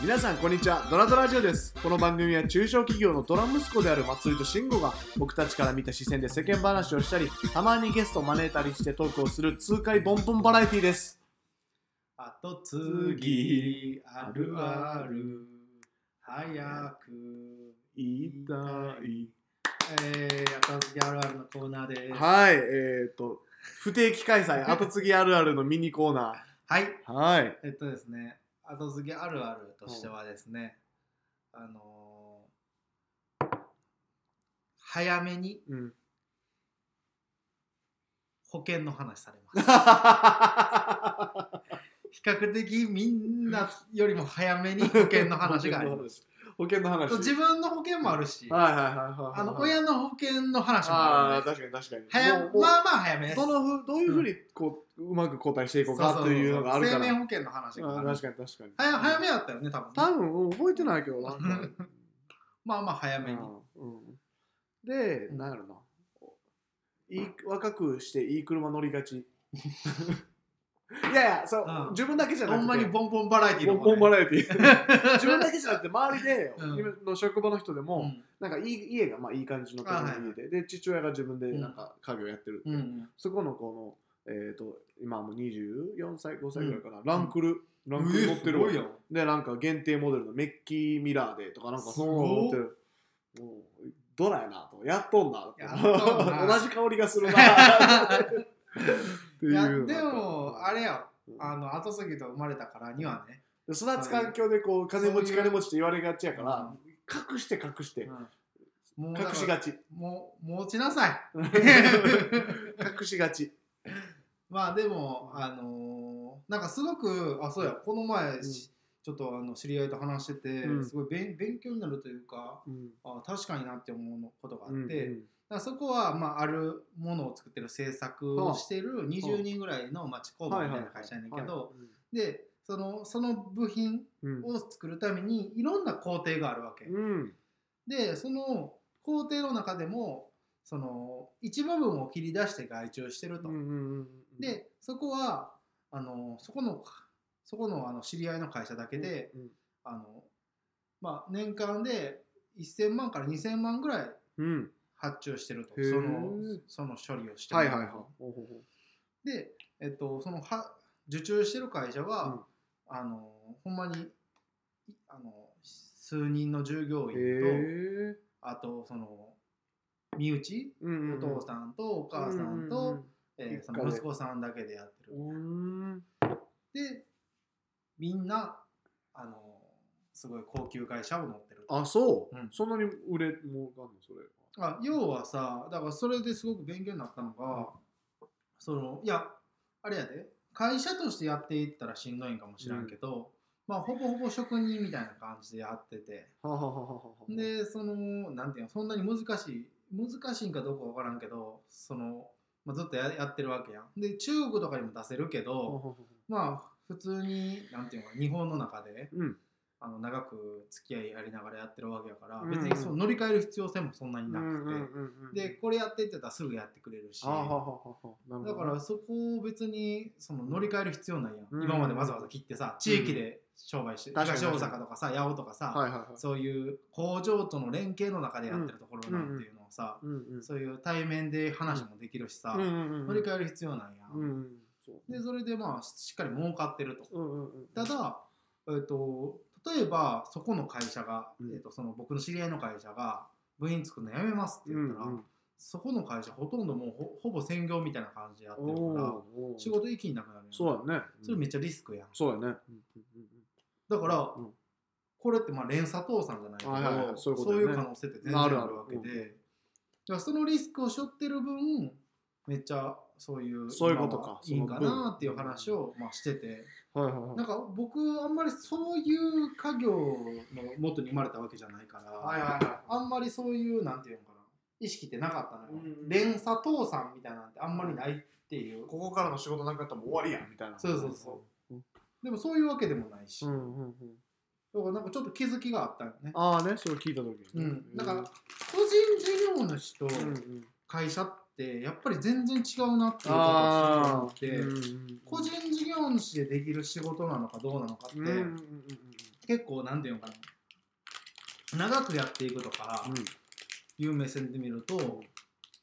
皆さんこんにちはドラドラジオですこの番組は中小企業のドラ息子である松井と慎吾が僕たちから見た視線で世間話をしたりたまにゲストを招いたりしてトークをする痛快ボンボンバラエティーですあと次、あるある、早く。言いたいえー、あと次あるあるのコーナーです。ははいえっ、ー、と不定期開 催後継ぎあるあるのミニコーナい、ーはいえっとですね、あと次あるあるとしてはですね、あのー早めにうん 保険の話され ます。比較的みんなよりも早めに保険の話が あります。保険の話保険の話自分の保険もあるし、はいはいはいはいはいあの親の保険の話もああるーので、確かに確かに早もまうもうあまあ早めです。どのふどういうふうにこう、うまく交代していこうかというのがあるか生ら命保険の話があある確かに確かに早早めだったよね多分ね多分うん覚えてないけどなんかまあまあ早めにうんうんでうんなんやろないい若くしていい車乗り がちいやいやそう、うん自分だけじゃなほくてんまにボンボンバラエティーボンの方ねボンバラエティー 自分だけじゃなくて周りで、うん今の職場の人でも、うんなんかいい家がまあいい感じのところの家で、で父親が自分でなんか家業やってる、うんそこの子の、えー、と今はもう24歳5歳ぐらいかな、ランクル、ランクル乗ってるわ、えーすごいよでなんか限定モデルのメッキーミラーでとかなんかその乗ってるもうドラやなとやっとんなとやっとんな同じ香りがす るなっていいやうでもあれやうんあの後継ぎと生まれたからにはね育つ環境でこう金持ちそういう金持ちって言われがちやから隠して隠してうんもうだから隠しが ちもう持ちな さい隠しがちまあでもあのーなんかすごくあそうやこの前しちょっとあの知り合いと話しててうんすごい勉勉強になるというかうんあ確かになって思うことがあうんって、だからそこは、まあ、あるものを作ってる制作をしてる20人ぐらいの町工場みたいな会社やねんけどでそのその部品うんを作るためにいろんな工程があるわけうんでその工程の中でもその一部分を切り出して外注してるとうんうんうんでそこはあのそこのそこのあの知り合いの会社だけでうんあの、まあ、年間で1000万から2000万ぐらいうん発注してるとへーそのその処理をしてもはいらうはいはいほうほうほで、えっと、そのは受注してる会社は、あのほんまにいあの数人の従業う員と、へえあとその身内、おお父さんとお母さんと、えーそ一家ので息子さんだけでやってうる、んでみんなあのすごい高級会社を持ってるとあそう、うんそんなに売れもうあんのそれあ要はさだからそれですごく勉強になったのが、そのいやあれやで会社としてやっていったらしんどいんかもしらんけど、まあほぼほぼ職人みたいな感じでやっててははははははでそのなんていうのそんなに難しい難しいんかどうかわからんけどその、まあ、ずっとややってるわけやんで中国とかにも出せるけははど、ははまあ普通になんていうのか日本の中でうんあの長く付き合いありながらやってるわけやから、うん別にその乗り換える必要性もそんなにうなくて。んうんうんうんでこれやってって言ったらすぐやってくれるしあはははだははなるほどからそこを別にその乗り換える必要ないやん、うん今までわざわざ切ってさ地域で商売して、確かに東大阪とかさ八尾とかさ、はいはいはいそういう工場との連携の中でやってるところなんていうのをさ、うんうんそういう対面で話もできるしさ、うんうんうん乗り換える必要ないやん、うんうんそうでそれでまあしっかり儲かってると、うんうんうんただ、えっと例えばそこの会社が、うんえっとその僕の知り合いの会社が部品作るのやめますってう言っんたら、うんそこの会社ほとんどもうほほぼ専業みたいな感じでやってるからおー仕事一気になくなるやんそうやねそれめっちゃリスクやんそうやねうんうんうんだから、うんこれってまあ連鎖倒産じゃないけど、はいはいはいそそういういことだようねう可能性って全然まあああるるあるわけで、うだからそのリスクを背負ってる分めっちゃそういうそういうことか今そはいいんかの分なっていう話を、まあ、しててはいはいはいなんか僕あんまりそういう家業のもとに生まれたわけじゃないから、はいはいはいあんまりそういうなんていうのかな意識ってなかったのよ、うん連鎖倒産みたいなんてあんまりないっていう、ここからの仕事なくなったらもう終わりやみたいなそうそうそうんでもそういうわけでもないし、うだんうんうんからなんかちょっと気づきがあったよねああねそれ聞いた時うにねん、だから個人事業主とうんうん会社ってやっぱり全然違うなっていうあことをすごい思って個人事業主でできる仕事なのかどうなのかってうんうんうんうん結構なんていうのかな長くやっていくとかいう目線で見ると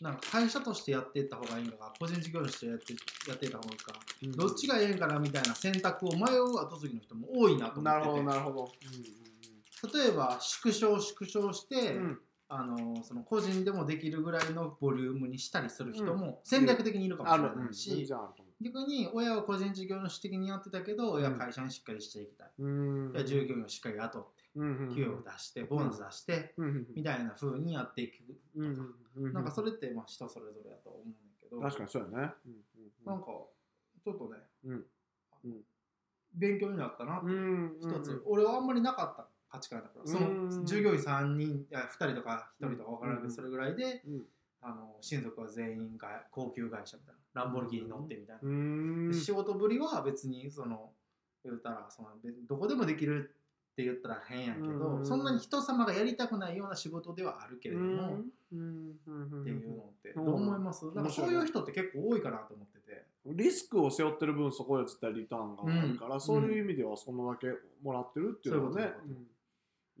なんか会社としてやっていった方がいいのか個人事業主としてやってやっていった方がいいのかうんどっちがええんかなみたいな選択を迷う後継ぎの人も多いなとなるほど思ってなるほどて例えば縮小縮小して、うんうんあのその個人でもできるぐらいのボリュームにしたりする人もうん戦略的にいるかもあしるれないし、うん全然あると逆に親は個人事業主的にやってたけど親は会社にしっかりしていきたい、思ううんいや従業員をしっかり雇ってうん給与を出してボーナス出して、うんうんみたいな風にやっていく、うんうんなんかそれってまあ人それぞれだと思うんだけど確かにそうやねなんかちょっとね、うんうん勉強になったなってうん一つ、俺はあんまりなかった価値観だから、うんその従業員3人いや2人とか1人とか分からないけうんどそれぐらいで、うんあの親族は全員が高級会社みたいなランボルギーニ乗ってみたいな、うんで仕事ぶりは別にその言うたらそのべどこでもできるって言ったら変やけど、うんそんなに人様がやりたくないような仕事ではあるけれども、っっていうのってどうんう思います、なんかそういう人って結構多いかなと思ってて、リスクを背負ってる分そこへ絶対リターンがあるから、うんそういう意味ではそのだけもらってるっていうのはね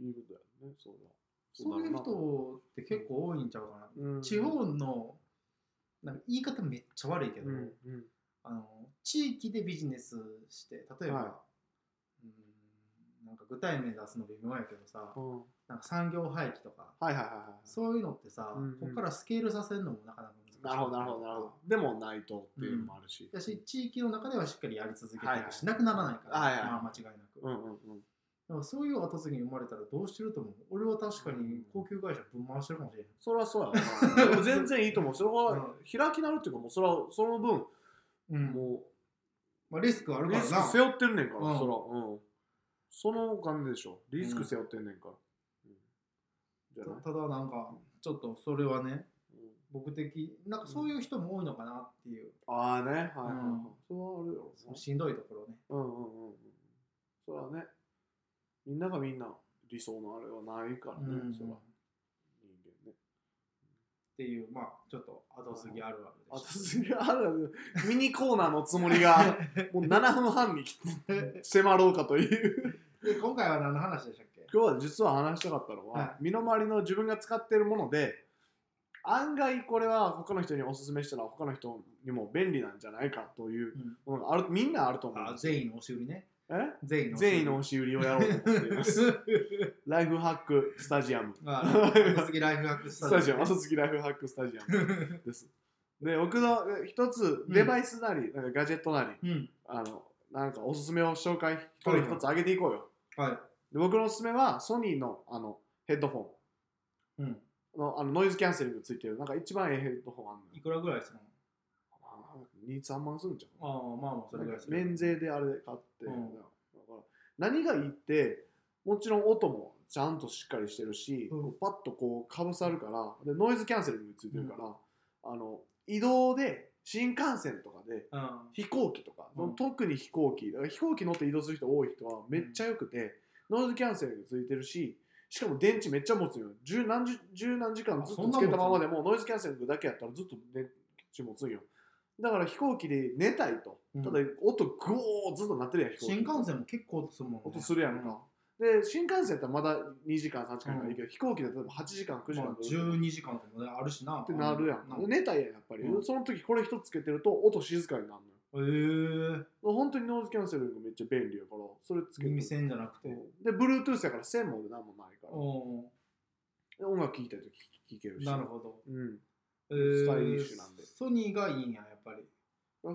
そういうことそううんいうこいいことだよねそうだそういう人って結構多いんちゃうかな、地方のなんか言い方めっちゃ悪いけけど、あの地域でビジネスして例えば、はうんなんか具体名出すの微妙やけどさなんか産業廃棄とかはいはいはいはいそういうのってさ、うんうんここからスケールさせるのもなかなか難しいなるほどなるほどなるほどでもないとっていうのもあるし、だし地域の中ではしっかりやり続けてはいいはいくし、なくならないから、はいはいまあ、間違いなく、うんうんうんでもそういう後継ぎに生まれたらどうしてると思う俺は確かに高級会社ぶん回してるかもしれない、それはそうやなでも全然いいと思うそれうは開きなるっていうかもうそれはその分うんもまあ、リスクはあうるかリらスなク背負ってるねんから、うんそらうんそのお金でしょリスク背負ってんねんから、うんじゃないたただなんかちょっとそれはねうん僕的なんかそういう人も多いのかなっていう、ああね、はいはいはい。うんそれはあるよそのしんどいところねな。うんうんうんうん。それはね、みんながみんな理想のあれはないからね、うんそれは人間ね。っていうまあちょっと後継ぎあるああるとでし次あるミニコーナーのつもり が、もう7分半に来て迫ろうかと いう。たで今回は何の話でしたっけ今日は実は話したかったのは、は身の回りの自分が使っているもので、案外これは他の人におすすめしたら他の人にも便利なんじゃないかというものがある、みんなあると思うんあですよ。善意の押し売りねえ善意の善意の押し売りをやろうと思っています。ライフハックスタジアム。まあ後継ぎライフハックススタジジアム、後継ぎライフハックスタジアムです。で、僕のえ一つデバイスなり、なんかガジェットなり、 うんあの、なんかおすすめを紹介、一人一つ上げていこうよ。はいで僕のおすすめは、ソニーのあのヘッドフうんォンのあのノイズキャンセリングついてる、なんか一番ええヘッドフォンあんのいよ。くらぐらいするの2、3万するんちゃうああまあまあそれぐらいする免税であれ買って、うんだから何がいいってもちろん音もちゃんとしっかりしてるし、うんパッとこうかぶさるからでノイズキャンセリングついてるから、あの移動で新幹線とかでうん飛行機とか、うん特に飛行機だから飛行機乗って移動する人多い人はめっちゃよくて、ノイズキャンセリングついてるししかも電池めっちゃ持つよ十何時十何時間ずっあそとんなつ持けつたままでもノイズキャンセリングだけやったらずっと電池持つんよだから飛行機で寝たいと、うんただ音グオーずっと鳴ってるやん飛行機新幹線も結構音するもんね音するやんか、で新幹線やったらまだ2時間3時間からいいけど、飛行機だと例えば8時間9う時んま間あとか12時間とかねあるしなってなるやんか、う寝たいやんやっぱり、うんその時これ一つつけてると音静かになるのよええ本当にノイズキャンセリングめっちゃ便利やからそれつけて耳栓じゃなくて。で Bluetooth やから線も何もないから、おで音楽聴いたりとき聴けるしなるほど。うん、えスタイリッシュなんでソニーがいいんや、やっぱり。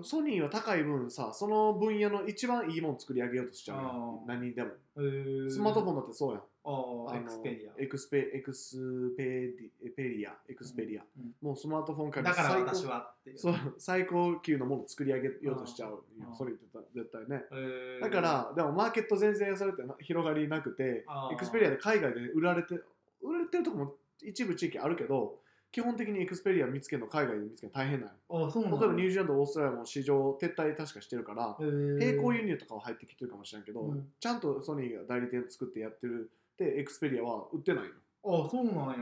ソニーは高い分さその分野の一番いいもん作り上げようとしちゃうやあんー何にでもえー、スマートフォンだってそうやんォああ、あエのクスペリア。エクスペエクスペディエペリアエクスペリア、うんもうスマートフォン界だから最高私はっていう。そう最高級のもの作り上げようとしちゃうよあーそれ言ってた絶対ねえーだか、らでもマーケット全然それってな広がりなくてあーエクスペリアで海外で売られて売られてるとこも一部地域あるけど基本的にエクスペリア見つけるの海外で見つけるの大変なんよあそうなん例えばニュージーランドオーストラリアも市場撤退確かしてるから並行輸入入とかは入ってきてるかもしれんけど、うんちゃんとソニーが代理店作ってやってるでエクスペリアは売ってないよあそうなんや。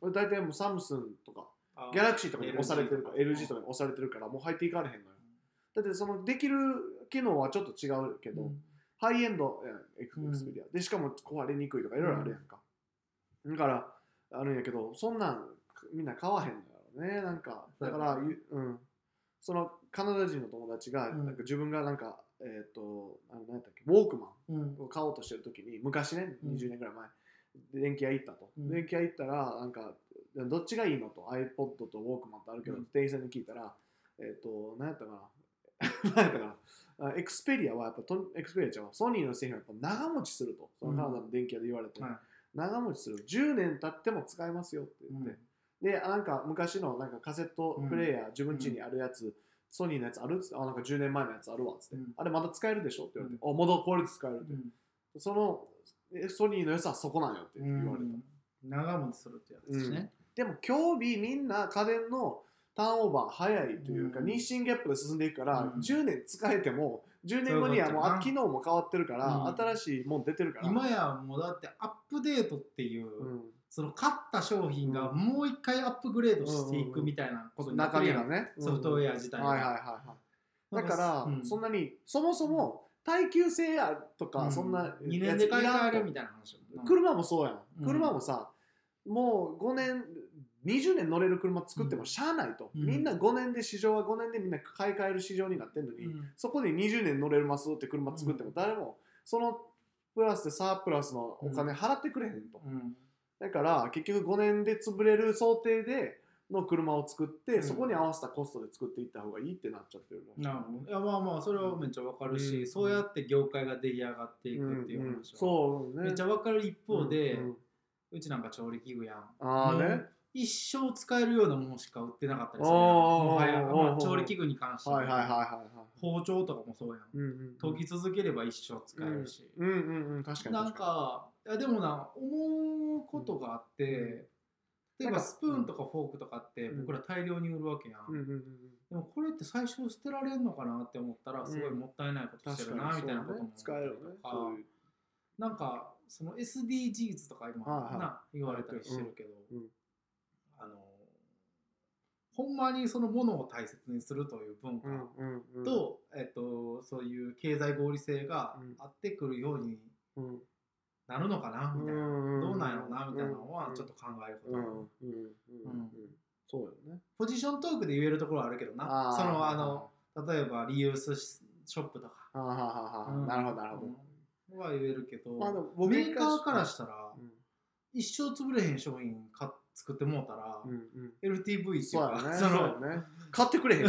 うん、大体もうサムスンとかあギャラクシーとかに押されてるから LG とか。かに押されてるからもう入っていかれへんのよだってそのできる機能はちょっと違うけど、うんハイエンドえエクスペリア、でしかも壊れにくいとかいろいろあるやんか、だからあるんやけどそんなんみんな買わへんだろうねなんかだから、ゆうん、そのカナダ人の友達が、うんなんか自分がなんかえっ、とあの何やったっけウォークマンうんを買おうとしてる時に昔ねうん20年ぐらい前電気屋行ったと、うん電気屋行ったらなんかどっちがいいのと iPod とウォークマンとあるけど、うん店員さんに聞いたらえっ、と何やったかな 何やったかなエクスペリアはやっぱとエクスペリアちゃうわソニーの製品はやっぱ長持ちするとそのカナダの電気屋で言われて、はい長持ちする10年経っても使えますよって言って、でなんか昔のなんかカセットプレイヤー、自分家にあるやつ、ソニーのやつあるっつってあなんか10年前のやつあるわっつって、うんあれまだ使えるでしょって言われて、うあまだこれ使えるって、うんそのえソニーの良さはそこなんよって言われた、うん長持ちするってやつですね、でも興味みんな家電のターンオーバー早いというか、うん日進月歩で進んでいくから、うん10年使えても10年後にはもうそういうことやあな機能も変わってるから、うん新しいもん出てるから今やもうだってアップデートっていう、うその買った商品がもう一回アップグレードしていくみたいなことん、になって中る身やんがねソフトウェェア自体が、はいはいはいはいだから、うんそんなにそもそも耐久性やとか、うんそんな2年で買い替えるみいたいな話だもんな車もそうやん、うん車もさもう5年20年乗れる車作ってもしゃあないと、うんみんな5年で市場は5年でみんな買い替える市場になってんのに、うんそこで20年乗れますって車作っても誰もそのプラスでサープラスのお金払ってくれへんと、うんだから結局5年で潰れる想定での車を作って、うんそこに合わせたコストで作っていった方がいいってなっちゃってるらしいなるほどいやまあまあそれはめっちゃわかるし、うんそうやって業界が出来上がっていくっていう話んは、んそうねめっちゃわかる一方で、ううんうんちなんか調理器具やんああもねう一生使えるようなものしか売ってなかったりするやんおーもはや、おーまおあ、ー調理器具に関してははいはいはいはいはい包丁とかもそうやんうんうん研ぎ続ければ一生使えるし、うんうんうん確かになん確かかいやでもな思うことがあって、うん例えばスプーンとかフォークとかってうん僕ら大量に売るわけやん、にうんうんうんでもこれって最初捨てられるのかなって思ったらすごいもったいないことして確るかなにみたいなことそうも思ねった使えりるとねか、そういうなんかその SDGs とか今はいはいな言われたりしてるけど、うんうんあのほんまにそのものを大切にするという文化、うんうんうんと、えっと、そういう経済合理性がうんあってくるようにうんなるのかな、みたいな、うんどうなんやろうなみたいなのはちょっと考えることうがあんる、うんうんうんうんそうよねポジショントークで言えるところはあるけどなあーそのあの例えばリユースショップとか、はあはあはあはあなるほどなるほどうんは言えるけど、まあでも僕メーカーからしたらうん一生潰れへん商品か作ってもうたら、うんうん LTV っていそううかやねそそうの やね買ってくれへん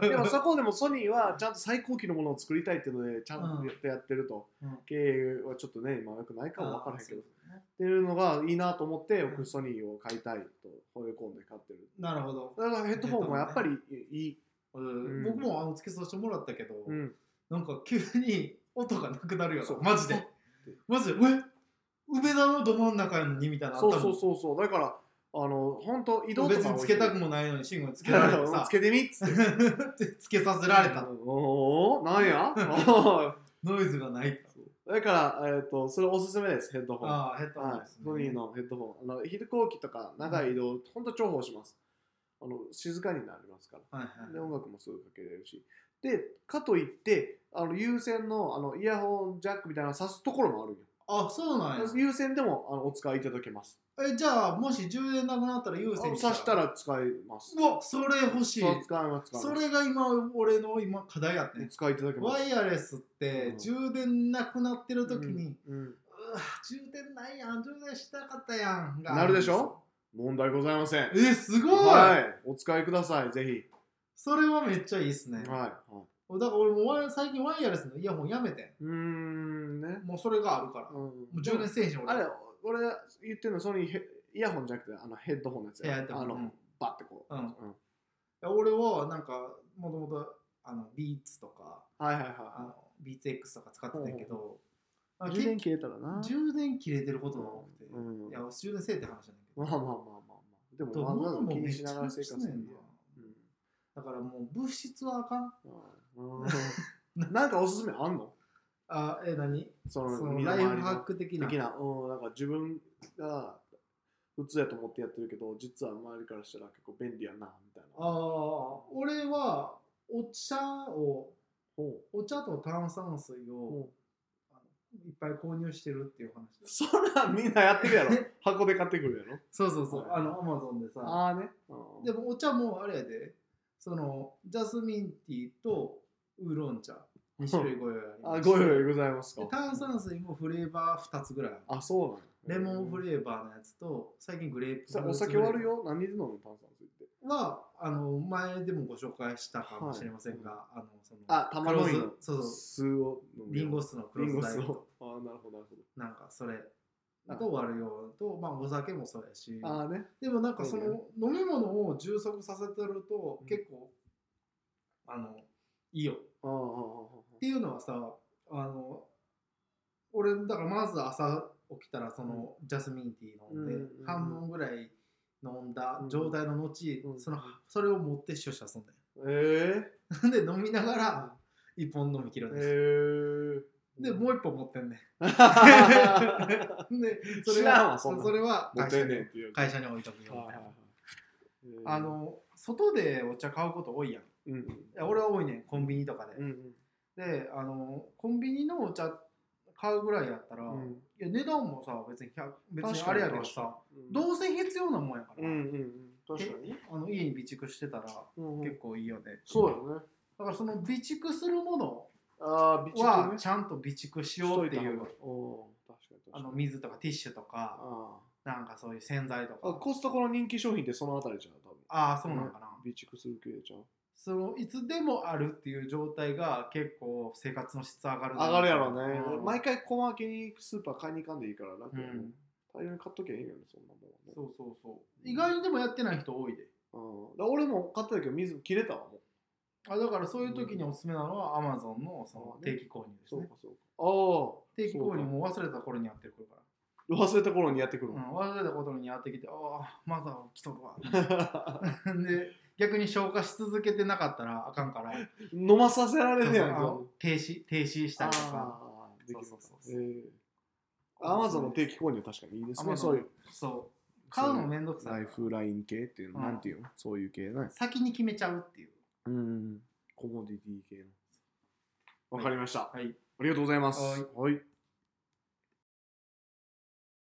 でもそこでもソニーはちゃんと最高級のものを作りたいっていうのでちゃんとやってやってると、うん経営はちょっとね今よくないかも分からへんけどっあーそうていうのがいいなと思ってうん僕ソニーを買いたいと惚れ込んで買ってるなるほど、だからヘッドホンもやっぱりいい、ん僕もあのつけさせてもらったけど、うん、なんか急に音がなくなるよそうなマジでマジでえ梅田のど真ん中やのにみたいなのそうあったそもんうそうそうだからあの本当移動とか別につけたくもないのに慎吾につけられて うんさつけてみっつって つけさせられたおおなん やおーノイズがないだから、えっとそれおすすめですヘッドホンああヘッドホンはでいす、ねソニーのヘッドホン。あの飛行機とか長い移動、ほんと重宝します。あの静かになりますかはいはいら。で、音楽もすぐかけれるし。で、かといって、あの有線のあのイヤホンジャックみたいなの挿すところもあるよ。あそうなんや有線でもあのお使いいただけます。えじゃあもし充電なくなったら優挿先したら使えます。うわそれ欲しいそう使えます。使えそますれが今俺の今課題やってんお使いいただけまワす。イヤレスってうん充電なくなってる時に、うんうんうわ充電ないやん充電したかったやんがなるでしょ問題ございません。えすごい、はい。お使いください、ぜひ。それはめっちゃいいっすね、はい。はい、だから俺もワイ最近ワイヤレスのイヤホンやめてうーん、ね。んもうそれがあるから、うもんう充電せえへんし俺あれ、俺が言ってるの、ソニーヘイヤホンじゃなくて、あのヘッドホンのやつヘッや。ドホンあの、うんバッてこう。うんうん俺はなんかもともとあのビーツとかはいはいあのはビーツ X とか使ってたけど、あい。結充電局切れたらな。充電切れてることが多くて、うんいや充電せえって話じゃなまあいけまあまあまあまあ。でどとも、思わざうわのざ気もにめっちしゃながら生活するしてんんなだ。だからもう物質はあかんうん うんなんかおすすめあんのあえ何そその、の身のライ回フりハッのク的な的な。うん、なんか自分が普通やと思ってやってるけど、実は周りからしたら結構便利やな、みたいな。ああ俺はお茶をほうお茶と炭酸水ほをういっぱい購入してるっていう話そらみんなやってる やろ箱で買ってくるやろそうそうそう、はいあのアマゾンでさああねでもお茶もあれやでそのジャスミンティーとウーロン茶2種類ご用意あありましてご用意ございますかで炭酸水もフレーバー2つぐらいあるあそうなレのモンフレーバーのやつと最近グレープフさルーツお酒割るよ何で飲む炭酸水ってはあの前でもご紹介したかもしれませんが、あのそのあタマロイクドローズそうそう酢を飲むよリンゴ酢のクリロンゴスダイ酢エッをあトあなるほどなるほどなんかそれと割るようとまあお酒もそうやしああねでもなんかそのそう飲み物を充足させてるとうん結構、あのいいよっあああああていうのはさあの俺だからまず朝起きたらその、ジャスミンティー飲んで、うんうんうん半分ぐらい飲んだうん状態の後、うんそのそれを持って出社すんだああえよ で飲みながら一本飲み切るえんです、ええで もう一本持ってんねん で知らんわそんなんそれは持っ会て社んにねんっていう会社に置いとくよはいはいはいえーあの外でお茶買うこと多いやんうんうんいや俺は多いねんコンビニとかで、うんうんであのコンビニのお茶買うぐらいやったら、うんいや値段もさ別に100別に確かあにれやけどさうんどうせ必要なもんやかうんうら、んうん確かにあの家に備蓄してたらうんうん結構いいよね、そうよねだからその備蓄するものああ備蓄はねちゃんと備蓄しようっていうおー確かに確かあにの水とかティッシュとかあなんかそういう洗剤とーあかコストコの人気商品ってそのあたりじゃん多分ああそうなのかな、備蓄する系じゃんそのいつでもあるっていう状態が結構生活の質上がるな上がるやろね、うん毎回小分けにスーパー買いに行かんでいいから楽やね、うん大量に買っときゃいいよねそんなもんはねそうそうそう意外にでもやってない人多いでうん、だから俺も買ってたけど水切れたわもうあだからそういう時におすすめなのは Amazon のそのあね定期購入ですそうねかそうかああ定期購入もう忘れた頃にやってるか忘れた頃にやってくるら、もん、うん、忘れた頃にやってきてああまだ起きとるわ で逆に消化し続けてなかったらあかんから飲まさせられるやんそうそうあかの停止停止したりとかあーできますそうそうえそうえアマゾンの定期購入確かにいいですね Amazon そういうそう買うのめんどくさラいイからフライン系っていうの、うんなんていうのそういう系ね先に決めちゃうっていううんコモディティ系のわかりました、はいありがとうございますはいはい